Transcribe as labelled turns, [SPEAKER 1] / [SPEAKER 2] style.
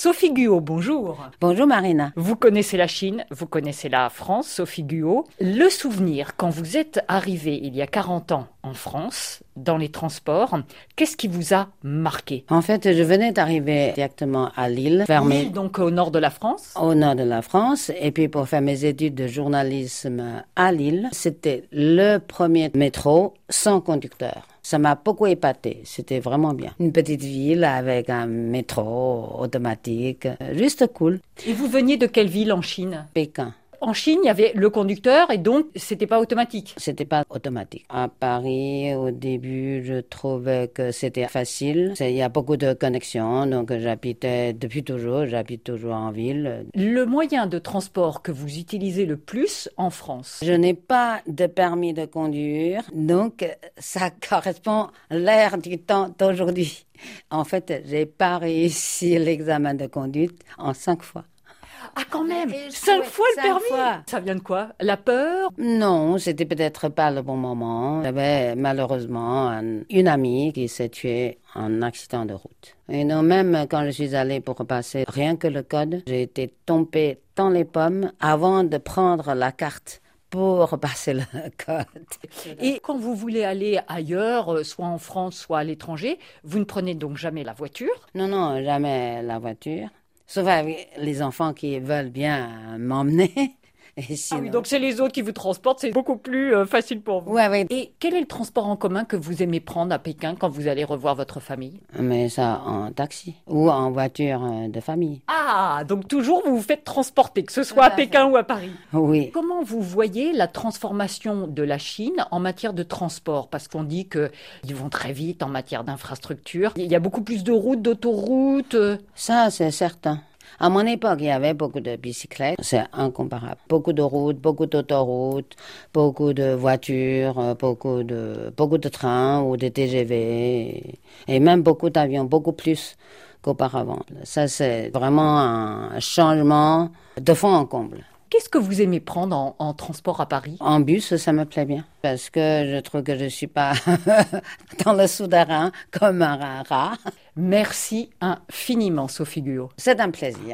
[SPEAKER 1] Sophie Guo, bonjour.
[SPEAKER 2] Bonjour Marina.
[SPEAKER 1] Vous connaissez la Chine, vous connaissez la France, Sophie Guo. Le souvenir, quand vous êtes arrivée il y a 40 ans en France, dans les transports, qu'est-ce qui vous a marqué
[SPEAKER 2] En fait, je venais d'arriver directement à Lille, faire mes-
[SPEAKER 1] Lille, donc au nord de la France.
[SPEAKER 2] au nord de la France, et puis pour faire mes études de journalisme à Lille, c'était le premier métro sans conducteur. Ça m'a beaucoup épaté, c'était vraiment bien. Une petite ville avec un métro automatique, euh, juste cool.
[SPEAKER 1] Et vous veniez de quelle ville en Chine
[SPEAKER 2] Pékin,
[SPEAKER 1] En Chine, il y avait le conducteur et donc c'était pas automatique.
[SPEAKER 2] c'était pas automatique. À Paris, au début, je trouvais que c'était facile. C'est- Il y a beaucoup de connexions, donc j'habitais depuis toujours, j'habite toujours en ville,
[SPEAKER 1] Le moyen de transport que vous utilisez le plus en France.
[SPEAKER 2] Je n'ai pas de permis de conduire, donc euh, ça correspond à l'ère du temps d'aujourd'hui. En fait, j'ai pas réussi l'examen de conduite en cinq fois.
[SPEAKER 1] Ah quand même,
[SPEAKER 2] Et je
[SPEAKER 1] cinq
[SPEAKER 2] trouvais-
[SPEAKER 1] fois le
[SPEAKER 2] cinq
[SPEAKER 1] permis.
[SPEAKER 2] fois.
[SPEAKER 1] Ça vient de quoi La peur
[SPEAKER 2] Non, c'était peut-être pas le bon moment. J'avais malheureusement un- une amie qui s'est tuée en accident de route. Et non, même quand je suis allée pour passer rien que le code, j'ai été tombée dans les pommes avant de prendre la carte pour passer le code.
[SPEAKER 1] Et quand vous voulez aller ailleurs, euh, soit en France, soit à l'étranger, vous ne prenez donc jamais la voiture.
[SPEAKER 2] Non, non, jamais la voiture. Sauf avec les enfants qui veulent bien m'emmener. Et sinon-
[SPEAKER 1] Ah donc c'est les autres qui vous transportent, c'est beaucoup plus euh, facile pour vous.
[SPEAKER 2] Ou avec...
[SPEAKER 1] Et quel est le transport en commun que vous aimez prendre à Pékin quand vous allez revoir votre famille
[SPEAKER 2] Mais ça, en taxi. Ou en voiture euh, de famille.
[SPEAKER 1] Ah, donc toujours vous vous faites transporter, que ce soit à
[SPEAKER 2] à fait.
[SPEAKER 1] Pékin ou à Paris.
[SPEAKER 2] Oui.
[SPEAKER 1] Comment vous voyez la transformation de la Chine en matière de transport Parce qu'on dit qu'ils vont très vite en matière d'infrastructure. Il y a beaucoup plus de routes, d'autoroutes. euh,
[SPEAKER 2] Ça, c'est certain. À mon époque, il y avait beaucoup de bicyclettes. C'est incomparable. Beaucoup de routes, beaucoup d'autoroutes, beaucoup de voitures, euh, beaucoup de, beaucoup de trains ou de TGV. Et même beaucoup d'avions, beaucoup plus qu'auparavant. Ça, c'est vraiment un changement de fond en comble.
[SPEAKER 1] Qu'est-ce que vous aimez prendre en, en transport à Paris
[SPEAKER 2] En bus, ça me plaît bien. Parce que je trouve que je suis pas dans le soudarin comme un rat.
[SPEAKER 1] Merci infiniment, Sophie Guo.
[SPEAKER 2] C'est un plaisir.